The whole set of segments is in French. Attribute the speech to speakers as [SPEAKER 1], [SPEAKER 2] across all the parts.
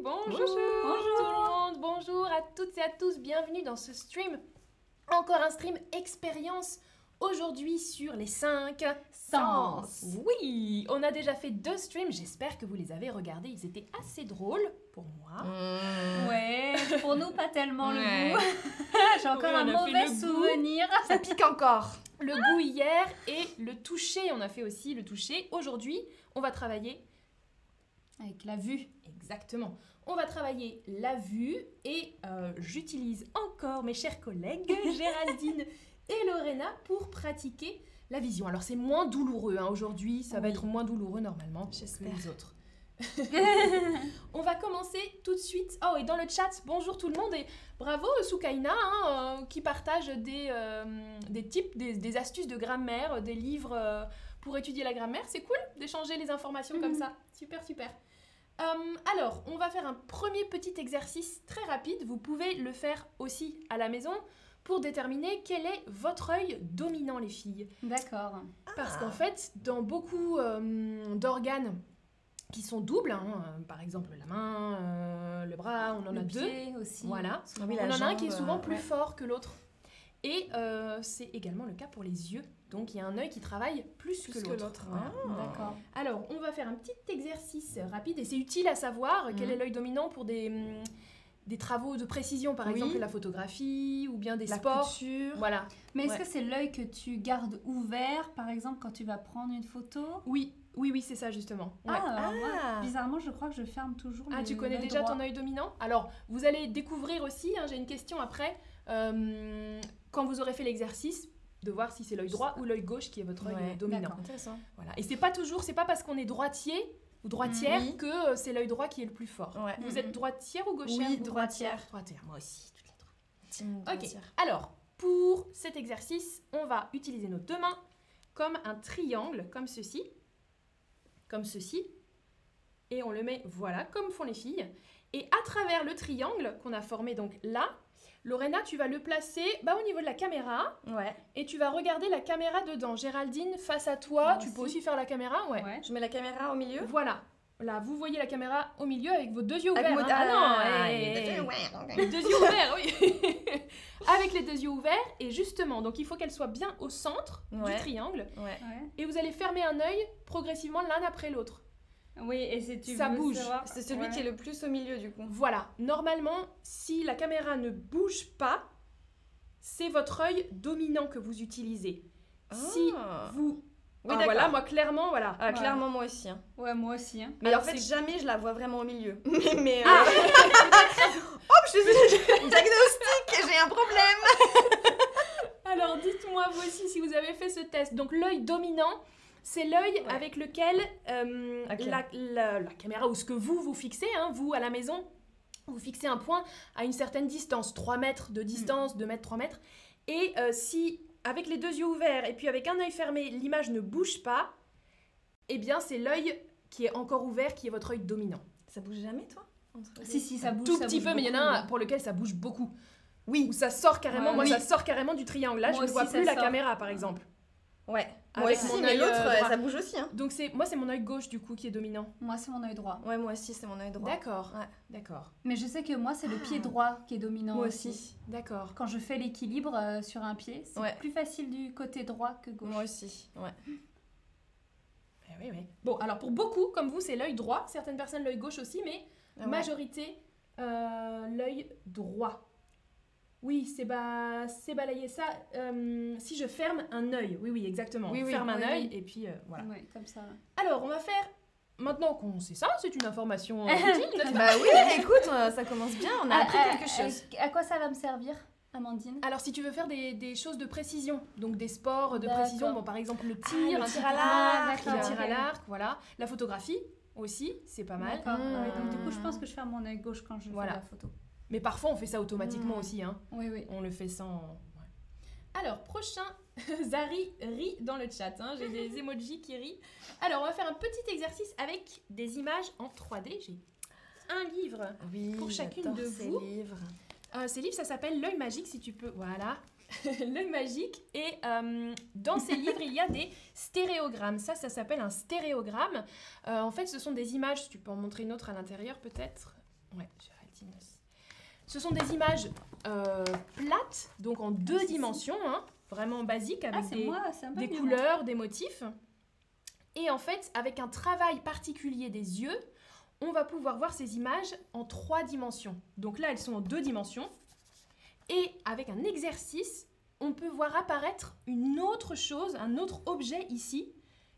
[SPEAKER 1] Bonjour, tout le monde, bonjour à toutes et à tous, bienvenue dans ce stream, encore un stream expérience aujourd'hui sur les 5
[SPEAKER 2] Sens.
[SPEAKER 1] Oui, on a déjà fait deux streams, j'espère que vous les avez regardés, ils étaient assez drôles pour moi.
[SPEAKER 2] Ouais, pour nous pas tellement
[SPEAKER 3] Mmh. Ouais.
[SPEAKER 2] le goût. J'ai encore
[SPEAKER 3] Ouais,
[SPEAKER 2] un
[SPEAKER 3] on a fait
[SPEAKER 2] mauvais
[SPEAKER 3] le goût.
[SPEAKER 2] souvenir.
[SPEAKER 3] Ça pique encore.
[SPEAKER 1] Le goût hier et le toucher, on a fait aussi le toucher. Aujourd'hui, on va travailler
[SPEAKER 2] Avec la vue.
[SPEAKER 1] Exactement. On va travailler la vue et euh, j'utilise encore mes chères collègues Géraldine et Lorena pour pratiquer la vision. Alors c'est moins douloureux hein, aujourd'hui, ça va
[SPEAKER 2] Oui.
[SPEAKER 1] être moins douloureux normalement que
[SPEAKER 3] J'espère.
[SPEAKER 1] les autres. On va commencer tout de suite. Oh et dans le chat, bonjour tout le monde et bravo euh, Soukaina hein, euh, qui partage des, euh, des tips, des, des astuces de grammaire, euh, des livres euh, pour étudier la grammaire. C'est cool d'échanger les informations comme
[SPEAKER 2] Mhm.
[SPEAKER 1] ça. Super super. Euh, alors, on va faire un premier petit exercice très rapide. Vous pouvez le faire aussi à la maison pour déterminer quel est votre œil dominant, les filles.
[SPEAKER 2] D'accord.
[SPEAKER 1] Parce
[SPEAKER 2] Ah.
[SPEAKER 1] qu'en fait, dans beaucoup euh, d'organes qui sont doubles, hein, euh, par exemple la main, euh, le bras, on en a
[SPEAKER 2] le
[SPEAKER 1] deux.
[SPEAKER 2] pied aussi.
[SPEAKER 1] Voilà.
[SPEAKER 3] oui,
[SPEAKER 1] on
[SPEAKER 3] la
[SPEAKER 1] en a un qui est
[SPEAKER 3] jambe,
[SPEAKER 1] souvent
[SPEAKER 3] euh,
[SPEAKER 1] plus
[SPEAKER 2] ouais.
[SPEAKER 1] fort que l'autre. Et euh, c'est également le cas pour les yeux. Donc il y a un œil qui travaille plus,
[SPEAKER 3] Plus que l'autre. Ah,
[SPEAKER 1] Voilà.
[SPEAKER 2] D'accord.
[SPEAKER 1] Alors, on va faire un petit exercice rapide et c'est utile à savoir quel
[SPEAKER 3] Mhm.
[SPEAKER 1] est l'œil dominant pour des, hum, des travaux de précision, par
[SPEAKER 3] Oui.
[SPEAKER 1] exemple la photographie ou bien des
[SPEAKER 3] La
[SPEAKER 1] sports.
[SPEAKER 3] couture.
[SPEAKER 1] Voilà.
[SPEAKER 2] Mais est-ce
[SPEAKER 1] Ouais.
[SPEAKER 2] que c'est l'œil que tu gardes ouvert, par exemple, quand tu vas prendre une photo
[SPEAKER 1] Oui, oui, oui, c'est ça justement. Ouais.
[SPEAKER 2] Ah, euh, moi,
[SPEAKER 3] Ah.
[SPEAKER 2] bizarrement, je crois que je ferme toujours
[SPEAKER 1] Ah,
[SPEAKER 2] le-
[SPEAKER 1] tu connais
[SPEAKER 2] l'œil
[SPEAKER 1] déjà
[SPEAKER 2] droit.
[SPEAKER 1] ton œil dominant Alors, vous allez découvrir aussi, hein, j'ai une question après, euh, quand vous aurez fait l'exercice, de voir si c'est l'œil droit ou l'œil gauche qui est votre œil
[SPEAKER 3] Ouais,
[SPEAKER 1] dominant.
[SPEAKER 2] d'accord.
[SPEAKER 3] Intéressant.
[SPEAKER 1] Voilà. Et c'est pas toujours, c'est pas parce qu'on est droitier ou droitière
[SPEAKER 3] Mhm. Oui.
[SPEAKER 1] que euh, c'est l'œil droit qui est le plus fort.
[SPEAKER 3] Ouais.
[SPEAKER 1] Vous
[SPEAKER 2] Mhm.
[SPEAKER 1] êtes droitière ou gauchère
[SPEAKER 3] Oui,
[SPEAKER 1] vous
[SPEAKER 3] droitière.
[SPEAKER 1] hein, Droitière, moi aussi, toutes les droites.
[SPEAKER 3] Team
[SPEAKER 1] Ok.
[SPEAKER 3] droitière.
[SPEAKER 1] Alors, pour cet exercice, on va utiliser nos deux mains comme un triangle, comme ceci, comme ceci, et on le met, voilà, comme font les filles. Et à travers le triangle qu'on a formé donc là, Lorena, tu vas le placer bah, au niveau de la caméra
[SPEAKER 3] Ouais.
[SPEAKER 1] et tu vas regarder la caméra dedans. Géraldine, face à toi,
[SPEAKER 2] Moi
[SPEAKER 1] tu peux
[SPEAKER 2] aussi.
[SPEAKER 1] aussi faire la caméra, ouais.
[SPEAKER 2] Ouais.
[SPEAKER 3] Je mets la caméra au milieu.
[SPEAKER 1] Voilà. Là, vous voyez la caméra au milieu avec vos deux yeux ouverts.
[SPEAKER 3] Avec mon-
[SPEAKER 1] hein. Ah non,
[SPEAKER 3] Ah,
[SPEAKER 1] hey,
[SPEAKER 3] il
[SPEAKER 1] hey,
[SPEAKER 3] est-
[SPEAKER 1] hey.
[SPEAKER 3] Ouais.
[SPEAKER 1] Les deux yeux ouverts, oui. Avec les deux yeux ouverts et justement, donc il faut qu'elle soit bien au centre
[SPEAKER 3] Ouais.
[SPEAKER 1] du triangle
[SPEAKER 3] Ouais.
[SPEAKER 2] Ouais.
[SPEAKER 1] et vous allez fermer un œil progressivement l'un après l'autre.
[SPEAKER 2] Oui, et c'est tu
[SPEAKER 1] Ça
[SPEAKER 2] veux
[SPEAKER 1] bouge.
[SPEAKER 2] savoir-
[SPEAKER 3] C'est celui
[SPEAKER 2] Ouais.
[SPEAKER 3] qui est le plus au milieu du coup.
[SPEAKER 1] Voilà, normalement, si la caméra ne bouge pas, c'est votre œil dominant que vous utilisez. Si
[SPEAKER 3] Ah.
[SPEAKER 1] vous
[SPEAKER 3] Oui,
[SPEAKER 1] Ah,
[SPEAKER 3] d'accord.
[SPEAKER 1] voilà, moi clairement, voilà.
[SPEAKER 3] Ah,
[SPEAKER 2] Ouais.
[SPEAKER 3] clairement moi aussi. hein.
[SPEAKER 2] Ouais, moi aussi. hein.
[SPEAKER 3] Mais
[SPEAKER 1] Alors,
[SPEAKER 3] en fait
[SPEAKER 1] c'est-
[SPEAKER 3] jamais je la vois vraiment au milieu. mais mais. euh, Hop, Ah, je suis désolée. Diagnostic, j'ai un problème.
[SPEAKER 1] Alors dites-moi vous aussi si vous avez fait ce test. Donc l'œil dominant, c'est l'œil
[SPEAKER 3] Ouais.
[SPEAKER 1] avec lequel euh,
[SPEAKER 3] Ok.
[SPEAKER 1] la, la- la caméra ou ce que vous vous fixez, hein, vous à la maison, vous fixez un point à une certaine distance, 3 mètres de distance,
[SPEAKER 2] Mm.
[SPEAKER 1] 2 mètres, 3 mètres. Et euh, si avec les deux yeux ouverts et puis avec un œil fermé, l'image ne bouge pas, eh bien c'est l'œil qui est encore ouvert, qui est votre œil dominant.
[SPEAKER 3] Ça bouge jamais toi entre
[SPEAKER 2] Si, si, ça bouge.
[SPEAKER 1] Tout
[SPEAKER 2] ça
[SPEAKER 1] petit
[SPEAKER 2] bouge
[SPEAKER 1] peu, mais il y en a
[SPEAKER 2] beaucoup.
[SPEAKER 1] un pour lequel ça bouge beaucoup.
[SPEAKER 3] Oui.
[SPEAKER 1] Où ça sort carrément,
[SPEAKER 2] Ouais,
[SPEAKER 1] moi
[SPEAKER 3] oui.
[SPEAKER 1] ça sort carrément du triangle. Là,
[SPEAKER 2] Moi
[SPEAKER 1] je ne vois
[SPEAKER 2] aussi, ça
[SPEAKER 1] plus la
[SPEAKER 2] sort.
[SPEAKER 1] caméra par exemple.
[SPEAKER 3] Ouais. Moi
[SPEAKER 1] Avec
[SPEAKER 3] aussi,
[SPEAKER 1] mon
[SPEAKER 3] Ah, mais
[SPEAKER 1] œil,
[SPEAKER 3] l'autre,
[SPEAKER 1] euh, droit.
[SPEAKER 3] ça bouge aussi. Hein.
[SPEAKER 1] Donc c'est moi c'est mon œil gauche du coup qui est dominant.
[SPEAKER 2] Moi, c'est mon œil droit.
[SPEAKER 3] Ouais, moi aussi, c'est mon œil droit.
[SPEAKER 1] D'accord.
[SPEAKER 3] Ouais.
[SPEAKER 1] D'accord.
[SPEAKER 2] Mais je sais que moi, c'est le pied droit qui est dominant.
[SPEAKER 3] Moi aussi.
[SPEAKER 1] D'accord.
[SPEAKER 2] Quand je fais l'équilibre euh, sur un pied, c'est
[SPEAKER 3] Ouais.
[SPEAKER 2] plus facile du côté droit que gauche.
[SPEAKER 3] Moi aussi. Ouais.
[SPEAKER 1] Eh oui, oui. Bon alors pour beaucoup comme vous c'est l'œil droit, certaines personnes l'œil gauche aussi mais
[SPEAKER 3] Ah Ouais.
[SPEAKER 1] majorité euh, l'œil droit. Oui, c'est ba- c'est balayer ça. euh, si je ferme un œil, oui, oui, exactement.
[SPEAKER 3] Oui, oui,
[SPEAKER 1] ferme un
[SPEAKER 3] oui,
[SPEAKER 1] œil
[SPEAKER 3] oui.
[SPEAKER 1] et puis euh, voilà.
[SPEAKER 2] Ouais, comme ça.
[SPEAKER 1] Alors, on va faire. Maintenant qu'on sait ça, c'est une information euh, utile, n'est-ce pas
[SPEAKER 3] Bah oui, écoute, euh, ça commence bien, on a
[SPEAKER 2] Ah,
[SPEAKER 3] appris
[SPEAKER 2] ah,
[SPEAKER 3] quelque chose.
[SPEAKER 2] ah, À quoi ça va me servir, Amandine
[SPEAKER 1] Alors, si tu veux faire des, des choses de précision, donc des sports de
[SPEAKER 2] D'accord.
[SPEAKER 1] précision, bon, par exemple le
[SPEAKER 3] Ah,
[SPEAKER 1] tir,
[SPEAKER 3] le
[SPEAKER 1] un
[SPEAKER 3] tir
[SPEAKER 1] tir
[SPEAKER 3] à
[SPEAKER 1] à l'arc,
[SPEAKER 2] l'arc,
[SPEAKER 1] le tir
[SPEAKER 2] ok.
[SPEAKER 1] à l'arc, voilà. La photographie aussi, c'est pas mal.
[SPEAKER 2] D'accord.
[SPEAKER 3] Mmh.
[SPEAKER 2] ouais, donc du coup, je pense que je ferme mon œil gauche quand je
[SPEAKER 1] Voilà.
[SPEAKER 2] fais la photo.
[SPEAKER 1] Mais parfois, on fait ça automatiquement
[SPEAKER 3] Mm.
[SPEAKER 1] aussi, hein.
[SPEAKER 2] Oui, oui.
[SPEAKER 1] On le fait sans. ouais. Alors, prochain, Zari rit dans le chat. hein. J'ai des emojis qui rient. Alors, on va faire un petit exercice avec des images en 3D. J'ai un livre.
[SPEAKER 3] ah, Oui,
[SPEAKER 1] Pour chacune
[SPEAKER 3] j'adore
[SPEAKER 1] de
[SPEAKER 3] ces
[SPEAKER 1] vous.
[SPEAKER 3] livres.
[SPEAKER 1] Euh, ces livres, ça s'appelle L'œil magique, si tu peux. Voilà. L'œil magique. Et euh, dans ces livres, il y a des stéréogrammes. Ça, ça s'appelle un stéréogramme. Euh, en fait, ce sont des images. Tu peux en montrer une autre à l'intérieur, peut-être Ouais, sur Altinos. Ce sont des images euh, plates, donc en deux
[SPEAKER 2] si, si.
[SPEAKER 1] dimensions, hein, vraiment basiques, avec
[SPEAKER 2] Ah, c'est
[SPEAKER 1] des,
[SPEAKER 2] moi, c'est un peu
[SPEAKER 1] des
[SPEAKER 2] mieux.
[SPEAKER 1] couleurs, des motifs. Et en fait, avec un travail particulier des yeux, on va pouvoir voir ces images en trois dimensions. Donc là, elles sont en deux dimensions. Et avec un exercice, on peut voir apparaître une autre chose, un autre objet ici,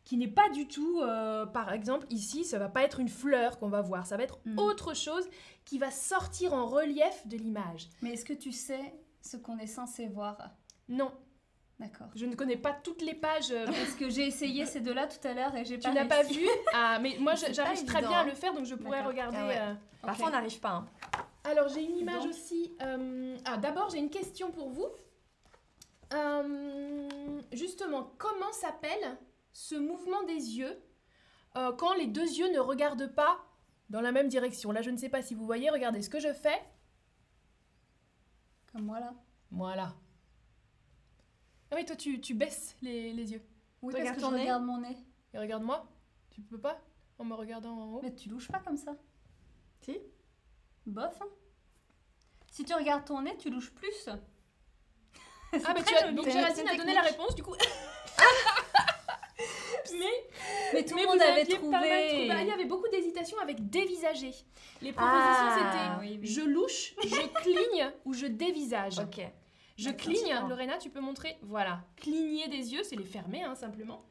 [SPEAKER 1] qui n'est pas du tout, euh, par exemple, ici, ça va pas être une fleur qu'on va voir, ça va être
[SPEAKER 2] Mm.
[SPEAKER 1] autre chose qui va sortir en relief de l'image.
[SPEAKER 2] Mais est-ce que tu sais ce qu'on est censé voir
[SPEAKER 1] Non,
[SPEAKER 2] D'accord.
[SPEAKER 1] je ne connais pas toutes les pages euh,
[SPEAKER 2] Parce que j'ai essayé ces deux-là tout à l'heure et j'ai pas.
[SPEAKER 1] Tu n'as pas
[SPEAKER 2] réussi.
[SPEAKER 1] vu Ah, mais moi je-
[SPEAKER 3] C'est pas
[SPEAKER 1] j'arrive très
[SPEAKER 3] évident,
[SPEAKER 1] bien à
[SPEAKER 3] hein.
[SPEAKER 1] le faire, donc je pourrais
[SPEAKER 2] D'accord.
[SPEAKER 1] regarder.
[SPEAKER 3] Ah ouais.
[SPEAKER 1] euh.
[SPEAKER 3] Parfois, on n'arrive pas. hein.
[SPEAKER 1] Alors j'ai une image
[SPEAKER 2] Donc.
[SPEAKER 1] aussi. euh, Ah, d'abord j'ai une question pour vous. Euh, Justement, comment s'appelle ce mouvement des yeux euh, quand les deux yeux ne regardent pas dans la même direction Là, je ne sais pas si vous voyez. Regardez ce que je fais.
[SPEAKER 2] Comme moi là.
[SPEAKER 1] Voilà. Ah oui, toi tu, tu baisses les, les yeux.
[SPEAKER 2] Oui,
[SPEAKER 3] Tu regardes
[SPEAKER 2] parce que je
[SPEAKER 3] ton nez
[SPEAKER 2] regarde mon nez.
[SPEAKER 1] Et regarde-moi. Tu peux pas en me regardant en haut.
[SPEAKER 2] Mais tu louches pas comme ça.
[SPEAKER 3] Si.
[SPEAKER 2] Bof. hein. Si tu regardes ton nez, tu louches plus.
[SPEAKER 1] Ah, mais tu as, donc
[SPEAKER 3] T'as
[SPEAKER 1] Géraldine
[SPEAKER 3] une
[SPEAKER 1] a donné la
[SPEAKER 3] technique.
[SPEAKER 1] réponse du coup. mais
[SPEAKER 2] Mais tout
[SPEAKER 1] Mais
[SPEAKER 2] le monde
[SPEAKER 1] vous
[SPEAKER 2] avait
[SPEAKER 1] aviez pas
[SPEAKER 2] trouvé.
[SPEAKER 1] mal trouvé. Ah, il y avait beaucoup d'hésitations avec dévisager. Les propositions
[SPEAKER 3] Ah,
[SPEAKER 1] c'était
[SPEAKER 2] oui, oui.
[SPEAKER 1] je louche, je cligne ou je dévisage.
[SPEAKER 3] Ok.
[SPEAKER 1] Je
[SPEAKER 3] d'accord,
[SPEAKER 1] cligne,
[SPEAKER 3] je comprends.
[SPEAKER 1] Lorena, tu peux montrer. Voilà, cligner des yeux, c'est les fermer hein, simplement.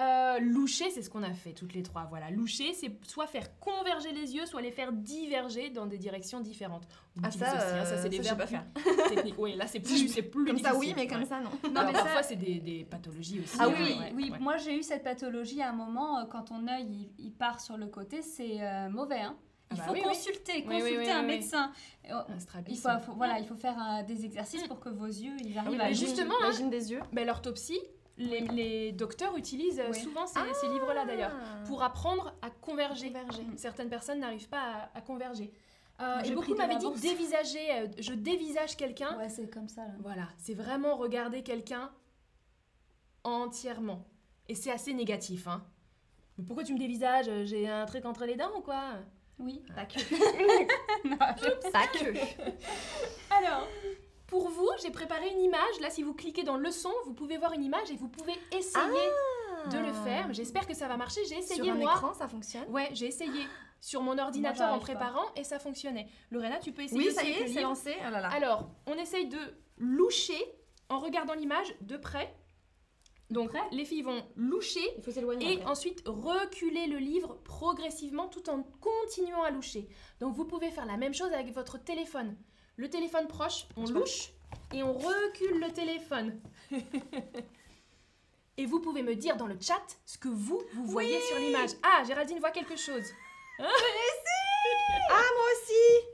[SPEAKER 1] Euh, loucher, c'est ce qu'on a fait toutes les trois. Voilà, loucher, c'est soit faire converger les yeux, soit les faire diverger dans des directions différentes. On
[SPEAKER 3] Ah,
[SPEAKER 1] utilise
[SPEAKER 3] ça,
[SPEAKER 1] aussi, hein,
[SPEAKER 3] euh,
[SPEAKER 1] c'est des
[SPEAKER 3] ça, je sais
[SPEAKER 1] verbes
[SPEAKER 3] pas faire.
[SPEAKER 1] plus techniques. Oui, là c'est plus, c'est plus
[SPEAKER 3] Comme ça, oui,
[SPEAKER 1] difficile.
[SPEAKER 3] mais comme
[SPEAKER 1] Ouais.
[SPEAKER 3] ça, non.
[SPEAKER 2] Non,
[SPEAKER 1] Alors,
[SPEAKER 2] mais ça-
[SPEAKER 1] parfois c'est des, des pathologies aussi.
[SPEAKER 3] Ah
[SPEAKER 1] hein,
[SPEAKER 2] oui, oui,
[SPEAKER 1] ouais, ouais.
[SPEAKER 2] moi j'ai eu cette pathologie à un moment, euh, quand ton œil il, il part sur le côté, c'est euh, mauvais. hein.
[SPEAKER 1] Ah
[SPEAKER 2] Il
[SPEAKER 1] bah
[SPEAKER 2] faut
[SPEAKER 1] oui, oui.
[SPEAKER 2] consulter,
[SPEAKER 1] Oui, oui,
[SPEAKER 2] consulter
[SPEAKER 1] oui,
[SPEAKER 2] un
[SPEAKER 1] oui, oui.
[SPEAKER 2] médecin. Et, euh,
[SPEAKER 1] Un strabisme.
[SPEAKER 2] Il faut, faut- voilà, il faut faire euh, des exercices pour que vos yeux ils arrivent
[SPEAKER 1] oui,
[SPEAKER 2] à
[SPEAKER 1] mais
[SPEAKER 2] lire.
[SPEAKER 1] justement, hein.
[SPEAKER 3] Imagine des yeux.
[SPEAKER 1] Mais l'orthopsie, les, les docteurs utilisent euh,
[SPEAKER 2] Ouais.
[SPEAKER 1] souvent ces, ces livres-là d'ailleurs
[SPEAKER 3] Ah,
[SPEAKER 1] pour apprendre à converger.
[SPEAKER 3] Converger.
[SPEAKER 1] Certaines personnes n'arivent pas à, à converger. Euh,
[SPEAKER 2] Moi,
[SPEAKER 1] et
[SPEAKER 2] j'ai pris
[SPEAKER 1] beaucoup
[SPEAKER 2] de la
[SPEAKER 1] m'avaient dit
[SPEAKER 2] bourse.
[SPEAKER 1] dévisager, euh, je dévisage quelqu'un.
[SPEAKER 2] Ouais, c'est comme ça. là.
[SPEAKER 1] Voilà, c'est vraiment regarder quelqu'un entièrement. Et c'est assez négatif, hein. Mais pourquoi tu me dévisages euh, J'ai un truc entre les dents ou quoi
[SPEAKER 2] Oui.
[SPEAKER 3] Ta queue.
[SPEAKER 2] Non,
[SPEAKER 3] Ta queue.
[SPEAKER 1] Alors, pour vous, j'ai préparé une image. Là, si vous cliquez dans leçon, vous pouvez voir une image et vous pouvez essayer de le faire. J'espère que ça va marcher. J'ai essayé
[SPEAKER 3] Ah. Sur un
[SPEAKER 1] moi.
[SPEAKER 3] écran, ça fonctionne
[SPEAKER 1] Ouais, j'ai essayé sur mon ordinateur en
[SPEAKER 2] j'arrive pas.
[SPEAKER 1] préparant et ça fonctionnait. Lorena, tu peux essayer
[SPEAKER 3] Oui,
[SPEAKER 1] aussi
[SPEAKER 3] ça y
[SPEAKER 1] avec
[SPEAKER 3] est,
[SPEAKER 1] le
[SPEAKER 3] c'est
[SPEAKER 1] livre.
[SPEAKER 3] lancé. Oh là là.
[SPEAKER 1] Alors, on essaye de loucher en regardant l'image de près. Donc,
[SPEAKER 2] près
[SPEAKER 1] les filles vont loucher
[SPEAKER 3] Il faut s'éloigner.
[SPEAKER 1] et ensuite reculer le livre progressivement tout en continuant à loucher. Donc, vous pouvez faire la même chose avec votre téléphone. Le téléphone proche, on louche et on recule le téléphone. et vous pouvez me dire dans le chat ce que vous, vous voyez sur l'image. Ah, Géraldine voit quelque chose.
[SPEAKER 3] Ah, moi aussi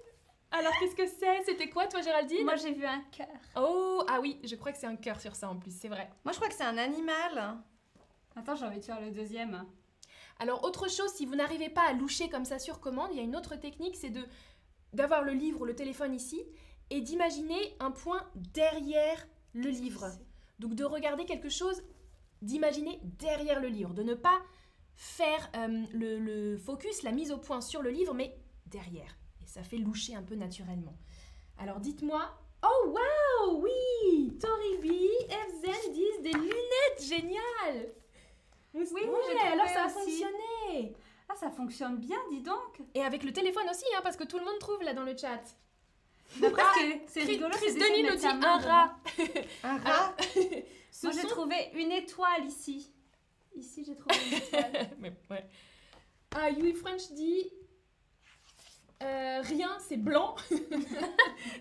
[SPEAKER 1] Alors qu'est-ce que c'est C'était quoi toi Géraldine
[SPEAKER 2] Moi j'ai vu un cœur.
[SPEAKER 1] Oh ah oui, je crois que c'est un cœur sur ça en plus, c'est vrai.
[SPEAKER 3] Moi, je crois que c'est un animal.
[SPEAKER 2] Attends, j'ai envie de faire le deuxième.
[SPEAKER 1] Alors autre chose, si vous n'arrivez pas à loucher comme ça sur commande, il y a une autre technique, c'est de d'avoir le livre ou le téléphone ici et d'imaginer un point derrière le livre. Donc de regarder quelque chose, d'imaginer derrière le livre, de ne pas faire euh, le, le focus, la mise au point sur le livre, mais derrière. Et ça fait loucher un peu naturellement. Alors dites-moi. Oh waouh Oui Toribi, Evzen disent des lunettes Génial Oui,
[SPEAKER 2] j'ai trouvé
[SPEAKER 1] alors ça a
[SPEAKER 2] aussi.
[SPEAKER 1] fonctionné
[SPEAKER 2] Ah, ça fonctionne bien, dis donc.
[SPEAKER 1] Et avec le téléphone aussi, hein, parce que tout le monde trouve là dans le chat.
[SPEAKER 2] Après, c'est- c'est
[SPEAKER 1] Chris-
[SPEAKER 2] rigolo. c'est
[SPEAKER 1] Chris
[SPEAKER 2] d'essayer
[SPEAKER 1] Denis nous
[SPEAKER 2] de mettre sa
[SPEAKER 1] dit
[SPEAKER 2] main
[SPEAKER 1] un rat.
[SPEAKER 3] Un rat
[SPEAKER 1] Ce
[SPEAKER 2] Moi j'ai
[SPEAKER 1] sont-
[SPEAKER 2] trouvé une étoile ici. Ici j'ai trouvé une étoile.
[SPEAKER 1] Mais ouais. Ah, Yui French dit. euh, rien, c'est blanc. C'est-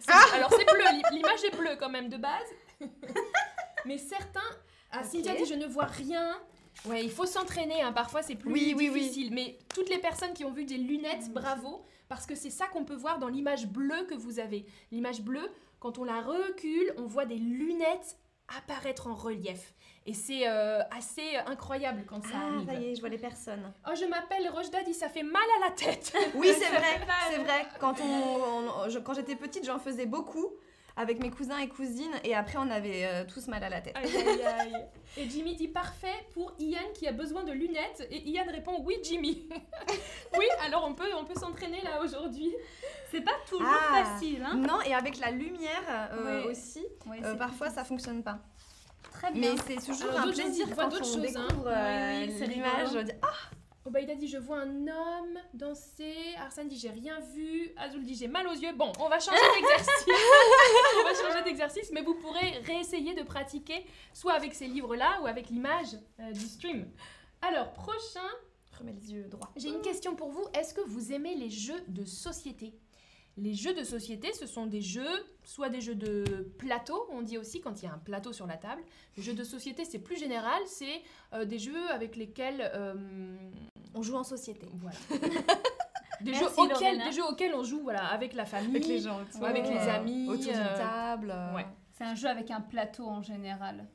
[SPEAKER 3] Ah
[SPEAKER 1] Alors c'est bleu, l'i- l'image est bleue quand même de base. Mais certains. Ah,
[SPEAKER 3] Ok.
[SPEAKER 1] Cynthia dit je ne vois rien. Ouais, il faut s'entraîner, hein, parfois c'est plus
[SPEAKER 3] Oui, oui, Mhm. oui.
[SPEAKER 1] difficile. Mais toutes les personnes qui ont vu des lunettes, bravo, parce que c'est ça qu'on peut voir dans l'image bleue que vous avez. L'image bleue, quand on la recule, on voit des lunettes apparaître en relief. Et c'est euh, assez incroyable quand ça
[SPEAKER 3] Ah,
[SPEAKER 1] arrive.
[SPEAKER 3] ça y est, je vois les personnes.
[SPEAKER 1] Oh, je m'appelle Rochda, dit ça fait mal à la tête.
[SPEAKER 3] Oui, c'est
[SPEAKER 2] Ça
[SPEAKER 3] vrai,
[SPEAKER 2] fait mal.
[SPEAKER 3] c'est vrai. Quand, on, on- je- quand j'étais petite, j'en faisais beaucoup. avec mes cousins et cousines, et après on avait euh, tous mal à la tête.
[SPEAKER 1] Aïe, aïe, aïe. Et Jimmy dit parfait pour Ian qui a besoin de lunettes. Et Ian répond oui, Jimmy. oui, alors on peut, on peut s'entraîner là aujourd'hui.
[SPEAKER 2] C'est pas toujours
[SPEAKER 3] Ah.
[SPEAKER 2] facile, hein
[SPEAKER 3] Non, et avec la lumière euh,
[SPEAKER 2] Oui.
[SPEAKER 3] aussi,
[SPEAKER 2] Ouais,
[SPEAKER 3] euh,
[SPEAKER 2] c'est Ah,
[SPEAKER 3] parfois ça fonctionne pas.
[SPEAKER 2] très bien.
[SPEAKER 3] Mais c'est toujours
[SPEAKER 1] Alors,
[SPEAKER 3] un
[SPEAKER 1] d'autres
[SPEAKER 3] plaisir
[SPEAKER 1] choses,
[SPEAKER 3] quand
[SPEAKER 1] d'autres
[SPEAKER 3] on
[SPEAKER 1] choses, hein.
[SPEAKER 3] découvre euh,
[SPEAKER 2] Oui, oui, c'est
[SPEAKER 3] l'image.
[SPEAKER 2] rigolo.
[SPEAKER 3] on dit, Ah,
[SPEAKER 1] Obaïda bah, dit je vois un homme danser. Arsène dit j'ai rien vu. Azul dit j'ai mal aux yeux. Bon, on va changer d'exercice. on va changer d'exercice, mais vous pourrez réessayer de pratiquer soit avec ces livres-là ou avec l'image euh, du stream. Alors, prochain,
[SPEAKER 3] remets les yeux droits.
[SPEAKER 1] j'ai une question pour vous. Est-ce que vous aimez les jeux de société les jeux de société, ce sont des jeux, soit des jeux de plateau, on dit aussi quand il y a un plateau sur la table. Les jeux de société, c'est plus général, c'est euh, des jeux avec lesquels euh,
[SPEAKER 3] On joue en société.
[SPEAKER 1] voilà. des,
[SPEAKER 2] Merci,
[SPEAKER 1] jeux auxquels,
[SPEAKER 2] Lorena.
[SPEAKER 1] des jeux auxquels on joue voilà, avec la famille.
[SPEAKER 3] Avec les gens autour,
[SPEAKER 2] avec les
[SPEAKER 1] amis,
[SPEAKER 3] Autour d'une
[SPEAKER 1] euh,
[SPEAKER 3] table. euh,
[SPEAKER 1] ouais.
[SPEAKER 2] C'est un jeu avec un plateau en général.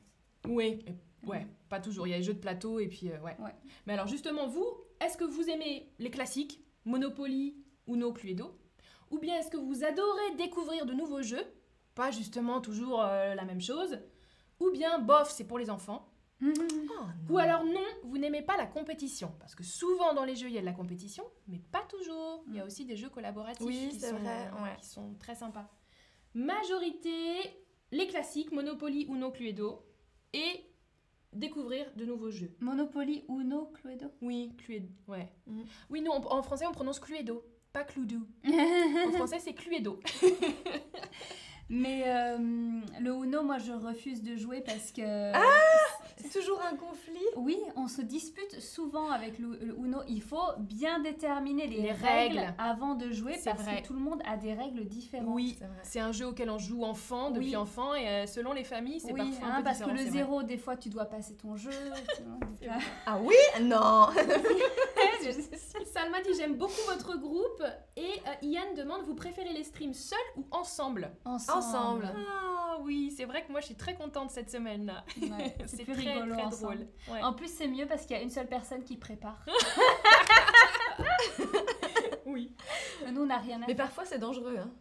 [SPEAKER 1] Oui. Et- Ouais, pas toujours. Il y a les jeux de plateau et puis euh, ouais.
[SPEAKER 2] Ouais.
[SPEAKER 1] Mais alors justement, vous, est-ce que vous aimez les classiques, Monopoly, Uno, Cluedo Ou bien est-ce que vous adorez découvrir de nouveaux jeux Pas justement toujours euh, la même chose. Ou bien, bof, c'est pour les enfants. Ou alors non, vous n'aimez pas la compétition. Parce que souvent dans les jeux, il y a de la compétition, mais pas toujours.
[SPEAKER 2] Mm.
[SPEAKER 1] Il y a aussi des jeux collaboratifs
[SPEAKER 3] Oui,
[SPEAKER 1] qui,
[SPEAKER 3] c'est
[SPEAKER 1] sont, euh,
[SPEAKER 3] vrai, ouais.
[SPEAKER 1] qui sont très sympas. Majorité, les classiques, Monopoly, Uno, Cluedo, et découvrir de nouveaux jeux.
[SPEAKER 2] Monopoly, Uno, Cluedo.
[SPEAKER 1] Oui, Cluedo. Ouais.
[SPEAKER 2] Mm.
[SPEAKER 3] Mhm.
[SPEAKER 1] Oui, non, en français, on prononce Cluedo, pas Cluedo.
[SPEAKER 2] Mm-hmm.
[SPEAKER 1] en français, c'est Cluedo.
[SPEAKER 2] Mais euh, le Uno, moi, je refuse de jouer parce que.
[SPEAKER 3] C'est toujours un conflit.
[SPEAKER 2] Oui, on se dispute souvent avec le, le Uno. Il faut bien déterminer les,
[SPEAKER 1] Les
[SPEAKER 2] règles,
[SPEAKER 1] règles.
[SPEAKER 2] avant de jouer
[SPEAKER 1] C'est
[SPEAKER 2] parce
[SPEAKER 1] vrai.
[SPEAKER 2] que tout le monde a des règles différentes.
[SPEAKER 1] Oui,
[SPEAKER 3] C'est vrai.
[SPEAKER 1] c'est un jeu auquel on joue enfant, depuis
[SPEAKER 2] Oui.
[SPEAKER 1] enfant, et euh, selon les familles, c'est
[SPEAKER 2] Oui,
[SPEAKER 1] parfois un
[SPEAKER 2] hein,
[SPEAKER 1] peu
[SPEAKER 2] parce que
[SPEAKER 1] différent,
[SPEAKER 2] le
[SPEAKER 1] c'est vrai.
[SPEAKER 2] zéro, des fois, tu dois passer ton jeu. tu vois, donc, euh,
[SPEAKER 3] Ah oui Non
[SPEAKER 1] Salma dit j'aime beaucoup votre groupe et euh, Ian demande vous préférez les streams seuls ou ensemble
[SPEAKER 2] ensemble.
[SPEAKER 3] Ensemble.
[SPEAKER 1] Ah oui, c'est vrai que moi je suis très contente cette semaine là.
[SPEAKER 2] Ouais,
[SPEAKER 1] C'est
[SPEAKER 2] c'est
[SPEAKER 1] très
[SPEAKER 2] plus rigolo
[SPEAKER 1] très
[SPEAKER 2] ensemble.
[SPEAKER 1] drôle. Ouais.
[SPEAKER 2] En plus, c'est mieux parce qu'il y a une seule personne qui prépare.
[SPEAKER 1] Oui.
[SPEAKER 2] Nous, on n'a rien à
[SPEAKER 3] Mais
[SPEAKER 2] faire.
[SPEAKER 3] parfois c'est dangereux. Hein.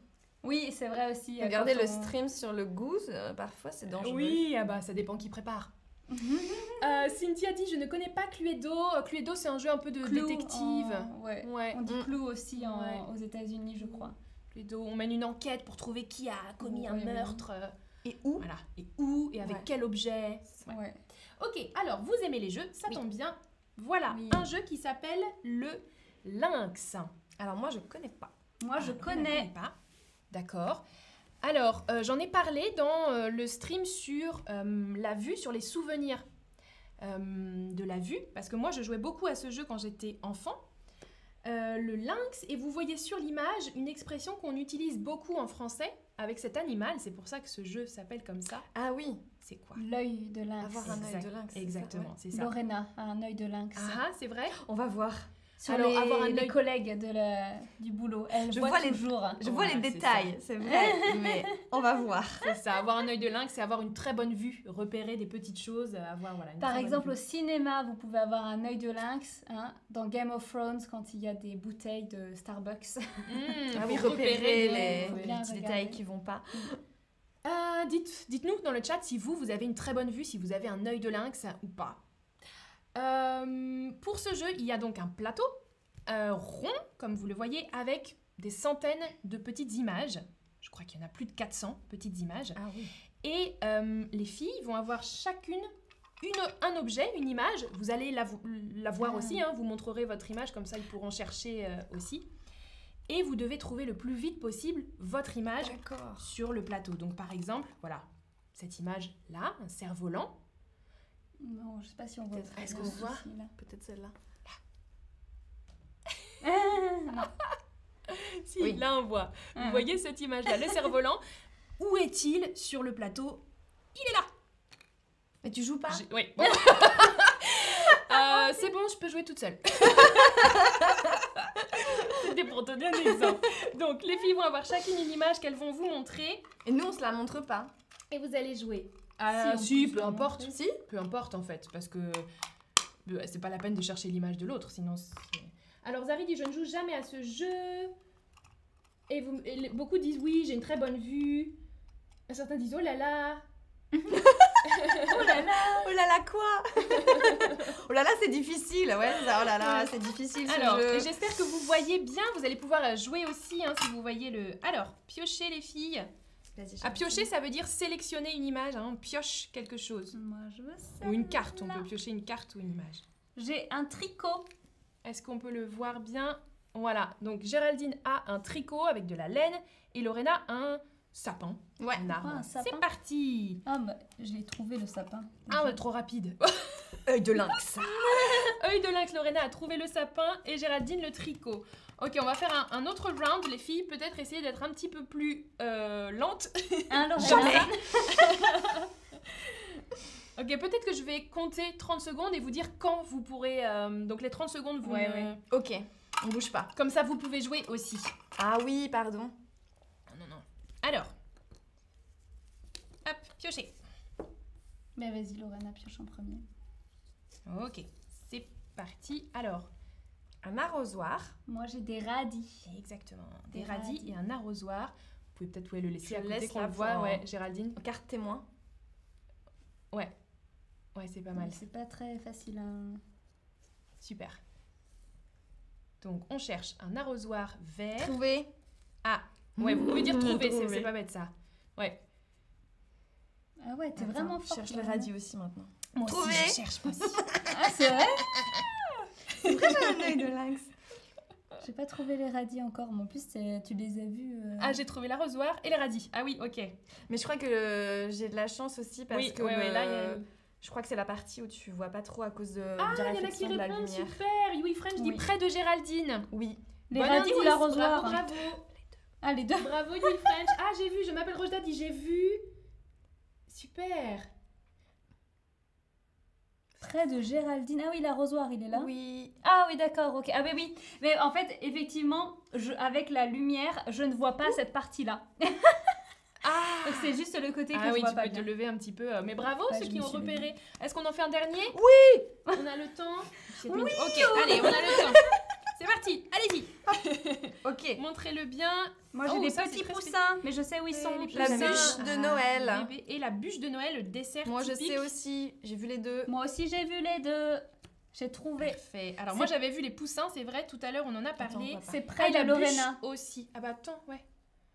[SPEAKER 2] Oui, c'est vrai aussi. euh,
[SPEAKER 3] Regardez
[SPEAKER 2] quand
[SPEAKER 3] le
[SPEAKER 2] on-
[SPEAKER 3] stream sur le goût, euh, parfois c'est dangereux.
[SPEAKER 1] Oui, ah bah ça dépend qui prépare. Euh, Cynthia dit je ne connais pas Cluedo. Euh, Cluedo c'est un jeu un peu de
[SPEAKER 2] Clou oh.
[SPEAKER 1] détective.
[SPEAKER 2] en- ouais.
[SPEAKER 1] Ouais.
[SPEAKER 2] On dit
[SPEAKER 3] Mm.
[SPEAKER 2] clou aussi en-
[SPEAKER 1] Ouais.
[SPEAKER 2] aux États-Unis, je crois.
[SPEAKER 1] Cluedo, on mène une enquête pour trouver qui a commis un
[SPEAKER 2] Ouais, ouais.
[SPEAKER 1] meurtre. euh,
[SPEAKER 3] Et où
[SPEAKER 1] Voilà. Et où et avec
[SPEAKER 3] Ouais.
[SPEAKER 1] quel objet. Ouais.
[SPEAKER 2] Ouais.
[SPEAKER 1] Ok, alors vous aimez les jeux, ça
[SPEAKER 3] Oui.
[SPEAKER 1] tombe bien. Voilà
[SPEAKER 2] Oui.
[SPEAKER 1] un jeu qui s'appelle le Lynx.
[SPEAKER 3] Alors moi je connais pas.
[SPEAKER 2] Moi, je
[SPEAKER 1] Ah, on la
[SPEAKER 2] connais.
[SPEAKER 1] pas. D'accord. Alors, euh, j'en ai parlé dans euh, le stream sur euh, la vue, sur les souvenirs euh, de la vue, parce que moi, je jouais beaucoup à ce jeu quand j'étais enfant. Euh, le lynx, et vous voyez sur l'image une expression qu'on utilise beaucoup en français avec cet animal, c'est pour ça que ce jeu s'appelle comme ça.
[SPEAKER 3] Ah oui,
[SPEAKER 1] C'est quoi
[SPEAKER 2] L'œil de lynx.
[SPEAKER 3] avoir un œil de lynx. c'est ça,
[SPEAKER 1] Exactement, c'est ça.
[SPEAKER 2] Lorena a un œil de lynx.
[SPEAKER 1] Ah, c'est vrai
[SPEAKER 3] ouais. On va voir.
[SPEAKER 2] Sur
[SPEAKER 1] Alors,
[SPEAKER 2] les,
[SPEAKER 1] avoir un
[SPEAKER 2] les
[SPEAKER 1] œil-
[SPEAKER 2] collègues de la- du boulot, elle
[SPEAKER 3] Je
[SPEAKER 2] voit,
[SPEAKER 3] vois les-
[SPEAKER 2] toujours.
[SPEAKER 3] Je vois
[SPEAKER 1] Ouais,
[SPEAKER 3] les
[SPEAKER 1] c'est
[SPEAKER 3] détails, c'est vrai, mais on va voir.
[SPEAKER 1] C'est ça, avoir un œil de lynx, c'est avoir une très bonne vue, repérer des petites choses, euh, avoir voilà. une
[SPEAKER 2] Par
[SPEAKER 1] très bonne
[SPEAKER 2] exemple,
[SPEAKER 1] vue.
[SPEAKER 2] au cinéma, vous pouvez avoir un œil de lynx. hein, dans Game of Thrones, quand il y a des bouteilles de Starbucks.
[SPEAKER 1] Mmh,
[SPEAKER 3] Ah oui,
[SPEAKER 1] faut
[SPEAKER 3] repérer
[SPEAKER 1] des-
[SPEAKER 3] les,
[SPEAKER 2] faut
[SPEAKER 3] les
[SPEAKER 2] bien
[SPEAKER 3] petits
[SPEAKER 2] regarder.
[SPEAKER 3] détails qui vont pas.
[SPEAKER 1] Euh, dites, dites-nous dans le chat si vous, vous avez une très bonne vue, si vous avez un œil de lynx ou pas. Euh, pour ce jeu, il y a donc un plateau euh, rond, comme vous le voyez, avec des centaines de petites images. Je crois qu'il y en a plus de 400 petites images.
[SPEAKER 3] Ah oui.
[SPEAKER 1] Et euh, les filles vont avoir chacune une- un objet, une image. Vous allez la, vo- la voir
[SPEAKER 2] Ah.
[SPEAKER 1] aussi, hein, vous montrerez votre image, comme ça ils pourront chercher euh, aussi. Et vous devez trouver le plus vite possible votre
[SPEAKER 3] Ah,
[SPEAKER 1] image
[SPEAKER 3] D'accord.
[SPEAKER 1] sur le plateau. Donc par exemple, voilà, cette image là, un cerf-volant.
[SPEAKER 2] Non, je sais pas si on voit.
[SPEAKER 3] Peut-être-
[SPEAKER 2] très
[SPEAKER 3] est-ce
[SPEAKER 2] bien
[SPEAKER 3] qu'on voit
[SPEAKER 2] ici, là.
[SPEAKER 3] Peut-être celle-là.
[SPEAKER 2] Ah,
[SPEAKER 1] Si,
[SPEAKER 3] Oui.
[SPEAKER 1] là on voit. Vous
[SPEAKER 2] non.
[SPEAKER 1] voyez cette image là, le cerf-volant. Ah. Où est-il sur le plateau
[SPEAKER 3] Mais tu joues pas
[SPEAKER 1] J'ai- ouais, bon. Euh, c'est bon, je peux jouer toute seule. C'était pour te donner un exemple. Donc les filles vont avoir chacune une image qu'elles vont vous montrer
[SPEAKER 3] Et nous on se la montre pas.
[SPEAKER 1] et vous allez jouer.
[SPEAKER 2] Ah,
[SPEAKER 1] Ah si,
[SPEAKER 2] si, on peut
[SPEAKER 1] peu
[SPEAKER 2] se la
[SPEAKER 1] importe.
[SPEAKER 2] montrer.
[SPEAKER 3] Si
[SPEAKER 1] Peu importe en fait, parce que euh, c'est pas la peine de chercher l'image de l'autre, sinon. c'est- Alors Zari dit je ne joue jamais à ce jeu. Et, vous, et les- beaucoup disent oui, j'ai une très bonne vue. Certains disent oh là là
[SPEAKER 2] Oh là là
[SPEAKER 3] Oh là là, quoi Oh là là, c'est difficile, ouais, ça, oh là là, c'est difficile ce
[SPEAKER 1] Alors,
[SPEAKER 3] jeu.
[SPEAKER 1] j'espère que vous voyez bien, vous allez pouvoir jouer aussi hein, si vous voyez le. Alors, piocher les filles.
[SPEAKER 3] Vas-y,
[SPEAKER 1] À
[SPEAKER 3] Charlotte.
[SPEAKER 1] piocher, ça veut dire sélectionner une image, hein, on pioche quelque chose.
[SPEAKER 2] ah. Moi, je veux ça.
[SPEAKER 1] Ou une carte, on
[SPEAKER 2] là.
[SPEAKER 1] peut piocher une carte ou une image.
[SPEAKER 2] J'ai un tricot.
[SPEAKER 1] Est-ce qu'on peut le voir bien Voilà, donc Géraldine a un tricot avec de la laine et Lorena un sapin,
[SPEAKER 3] Ouais.
[SPEAKER 1] un arbre.
[SPEAKER 2] un sapin
[SPEAKER 1] C'est parti
[SPEAKER 2] Ah, bah, je l'ai trouvé le sapin.
[SPEAKER 1] Ah, ouais, trop rapide
[SPEAKER 3] Œil de lynx.
[SPEAKER 1] Œil de lynx, Lorena a trouvé le sapin et Géraldine le tricot. Ok, on va faire un, un autre round, les filles, peut-être essayer d'être un petit peu plus euh, lentes.
[SPEAKER 2] Un Hein, Lorena.
[SPEAKER 1] Jamais. Ok, peut-être que je vais compter 30 secondes et vous dire quand vous pourrez... euh, donc les 30 secondes, vous...
[SPEAKER 2] Ouais,
[SPEAKER 1] me-
[SPEAKER 2] ouais.
[SPEAKER 3] Ok, on bouge pas.
[SPEAKER 1] Comme ça, vous pouvez jouer aussi.
[SPEAKER 3] Ah oui, pardon.
[SPEAKER 1] Ah, Non, non. Alors. Hop, piocher.
[SPEAKER 2] Bah, vas-y, Lorena, pioche en premier.
[SPEAKER 1] Ok, c'est parti. Alors, un arrosoir.
[SPEAKER 2] Moi, j'ai des radis.
[SPEAKER 1] Exactement. Des,
[SPEAKER 2] Des
[SPEAKER 1] radis,
[SPEAKER 2] radis.
[SPEAKER 1] et un arrosoir. Vous pouvez peut-être ouais, le hein. laisser
[SPEAKER 3] Je
[SPEAKER 1] à
[SPEAKER 3] le
[SPEAKER 1] côté
[SPEAKER 3] laisse
[SPEAKER 1] qu'on
[SPEAKER 3] là
[SPEAKER 1] le voit,
[SPEAKER 3] pour-
[SPEAKER 1] ouais, Géraldine.
[SPEAKER 3] Carte témoin.
[SPEAKER 1] Ouais, c'est pas
[SPEAKER 2] Pas
[SPEAKER 1] mal.
[SPEAKER 2] C'est pas très facile. hein.
[SPEAKER 1] Super. Donc, on cherche un arrosoir vert.
[SPEAKER 3] Trouver.
[SPEAKER 1] Ah, ouais, vous pouvez dire trouver, c'est-
[SPEAKER 3] Trouver.
[SPEAKER 1] c'est pas bête ça. Ouais.
[SPEAKER 2] Ah ouais, t'es
[SPEAKER 3] Attends,
[SPEAKER 2] vraiment
[SPEAKER 3] je
[SPEAKER 2] forte.
[SPEAKER 3] cherche le
[SPEAKER 2] Lorena.
[SPEAKER 3] radis aussi maintenant.
[SPEAKER 1] Moi
[SPEAKER 3] Trouver.
[SPEAKER 1] aussi, je cherche, moi aussi.
[SPEAKER 2] Ah, c'est vrai
[SPEAKER 3] C'est vrai, j'ai un œil de lynx.
[SPEAKER 2] Euh, J'ai pas trouvé les radis encore, mais en plus, c'est- tu les as vus. euh,
[SPEAKER 1] ah, j'ai trouvé l'arrosoir et les radis. Ah oui, ok.
[SPEAKER 3] Mais je crois que euh, j'ai de la chance aussi parce
[SPEAKER 1] oui,
[SPEAKER 3] que
[SPEAKER 1] ouais, ouais, là, il y
[SPEAKER 3] euh,
[SPEAKER 1] a...
[SPEAKER 3] je crois que c'est la partie où tu vois pas trop à cause de,
[SPEAKER 1] Ah,
[SPEAKER 3] de
[SPEAKER 1] il y en
[SPEAKER 3] la
[SPEAKER 1] a qui
[SPEAKER 3] réflexion de la
[SPEAKER 1] répondent,
[SPEAKER 3] lumière.
[SPEAKER 1] super Yui French dit
[SPEAKER 2] Oui.
[SPEAKER 1] près de Géraldine.
[SPEAKER 3] Oui.
[SPEAKER 2] Les
[SPEAKER 1] Bon
[SPEAKER 2] radis ou
[SPEAKER 1] indice,
[SPEAKER 2] l'arrosoir
[SPEAKER 1] Bravo,
[SPEAKER 2] hein.
[SPEAKER 1] bravo,
[SPEAKER 2] Ah, les deux.
[SPEAKER 1] bravo Yui French. Ah, j'ai vu, je m'appelle Rojda, dit j'ai vu. Super
[SPEAKER 2] Près de Géraldine. Ah oui, l'arrosoir, il est là.
[SPEAKER 3] Oui.
[SPEAKER 2] Ah oui, d'accord, ok. Ah, mais oui. Mais en fait, effectivement, je, avec la lumière, je ne vois pas cette partie-là.
[SPEAKER 1] Ah,
[SPEAKER 2] Donc, c'est juste le côté que
[SPEAKER 1] Ah
[SPEAKER 2] je
[SPEAKER 1] oui,
[SPEAKER 2] vois
[SPEAKER 1] tu
[SPEAKER 2] pas
[SPEAKER 1] peux te
[SPEAKER 2] bien.
[SPEAKER 1] lever un petit peu. euh, Mais bravo
[SPEAKER 2] Ouais,
[SPEAKER 1] ceux
[SPEAKER 2] je
[SPEAKER 1] qui
[SPEAKER 2] me
[SPEAKER 1] ont
[SPEAKER 2] suis levée.
[SPEAKER 1] repéré. Est-ce qu'on en fait un dernier
[SPEAKER 3] Oui
[SPEAKER 1] On a le temps
[SPEAKER 2] Oui
[SPEAKER 1] Ok, allez, on a le temps. C'est parti, allez-y
[SPEAKER 3] Ok.
[SPEAKER 1] Montrez-le bien.
[SPEAKER 2] Moi,
[SPEAKER 1] Oh,
[SPEAKER 2] j'ai des
[SPEAKER 1] ça, c'est
[SPEAKER 2] petits
[SPEAKER 1] très
[SPEAKER 2] poussins, mais je sais où ils sont.
[SPEAKER 1] Les
[SPEAKER 2] Je
[SPEAKER 3] la
[SPEAKER 2] sais.
[SPEAKER 1] poussins
[SPEAKER 3] bûche de
[SPEAKER 1] à
[SPEAKER 3] Noël.
[SPEAKER 1] Ah, bébé. Et la bûche de Noël, le dessert
[SPEAKER 3] Moi je
[SPEAKER 1] typique.
[SPEAKER 3] sais aussi, j'ai vu les deux.
[SPEAKER 2] Moi aussi, j'ai vu les deux. J'ai trouvé.
[SPEAKER 1] Parfait. Alors moi j'avais vu les poussins, c'est vrai, tout à l'heure on en a parlé.
[SPEAKER 3] on va pas.
[SPEAKER 2] C'est
[SPEAKER 1] Ah,
[SPEAKER 2] près
[SPEAKER 1] et
[SPEAKER 2] de
[SPEAKER 1] la
[SPEAKER 2] Lorena.
[SPEAKER 1] bûche aussi. Ah bah attends, ouais.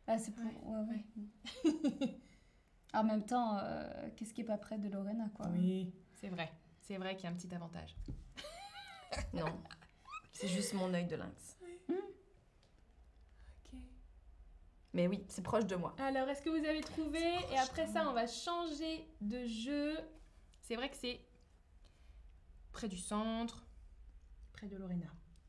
[SPEAKER 2] Ah, c'est pour.
[SPEAKER 1] Ouais.
[SPEAKER 2] Ouais, ouais. en même temps, euh, qu'est-ce qui est pas près de Lorena, quoi
[SPEAKER 1] C'est vrai. C'est vrai qu'il y a un petit avantage.
[SPEAKER 3] Non. C'est juste mon œil de lynx. Mais oui, c'est proche de moi.
[SPEAKER 1] Alors, est-ce que vous avez trouvé
[SPEAKER 3] C'est
[SPEAKER 1] Et après
[SPEAKER 3] proche,
[SPEAKER 1] ça, on va changer de jeu. C'est vrai que c'est près du centre, près de Lorena.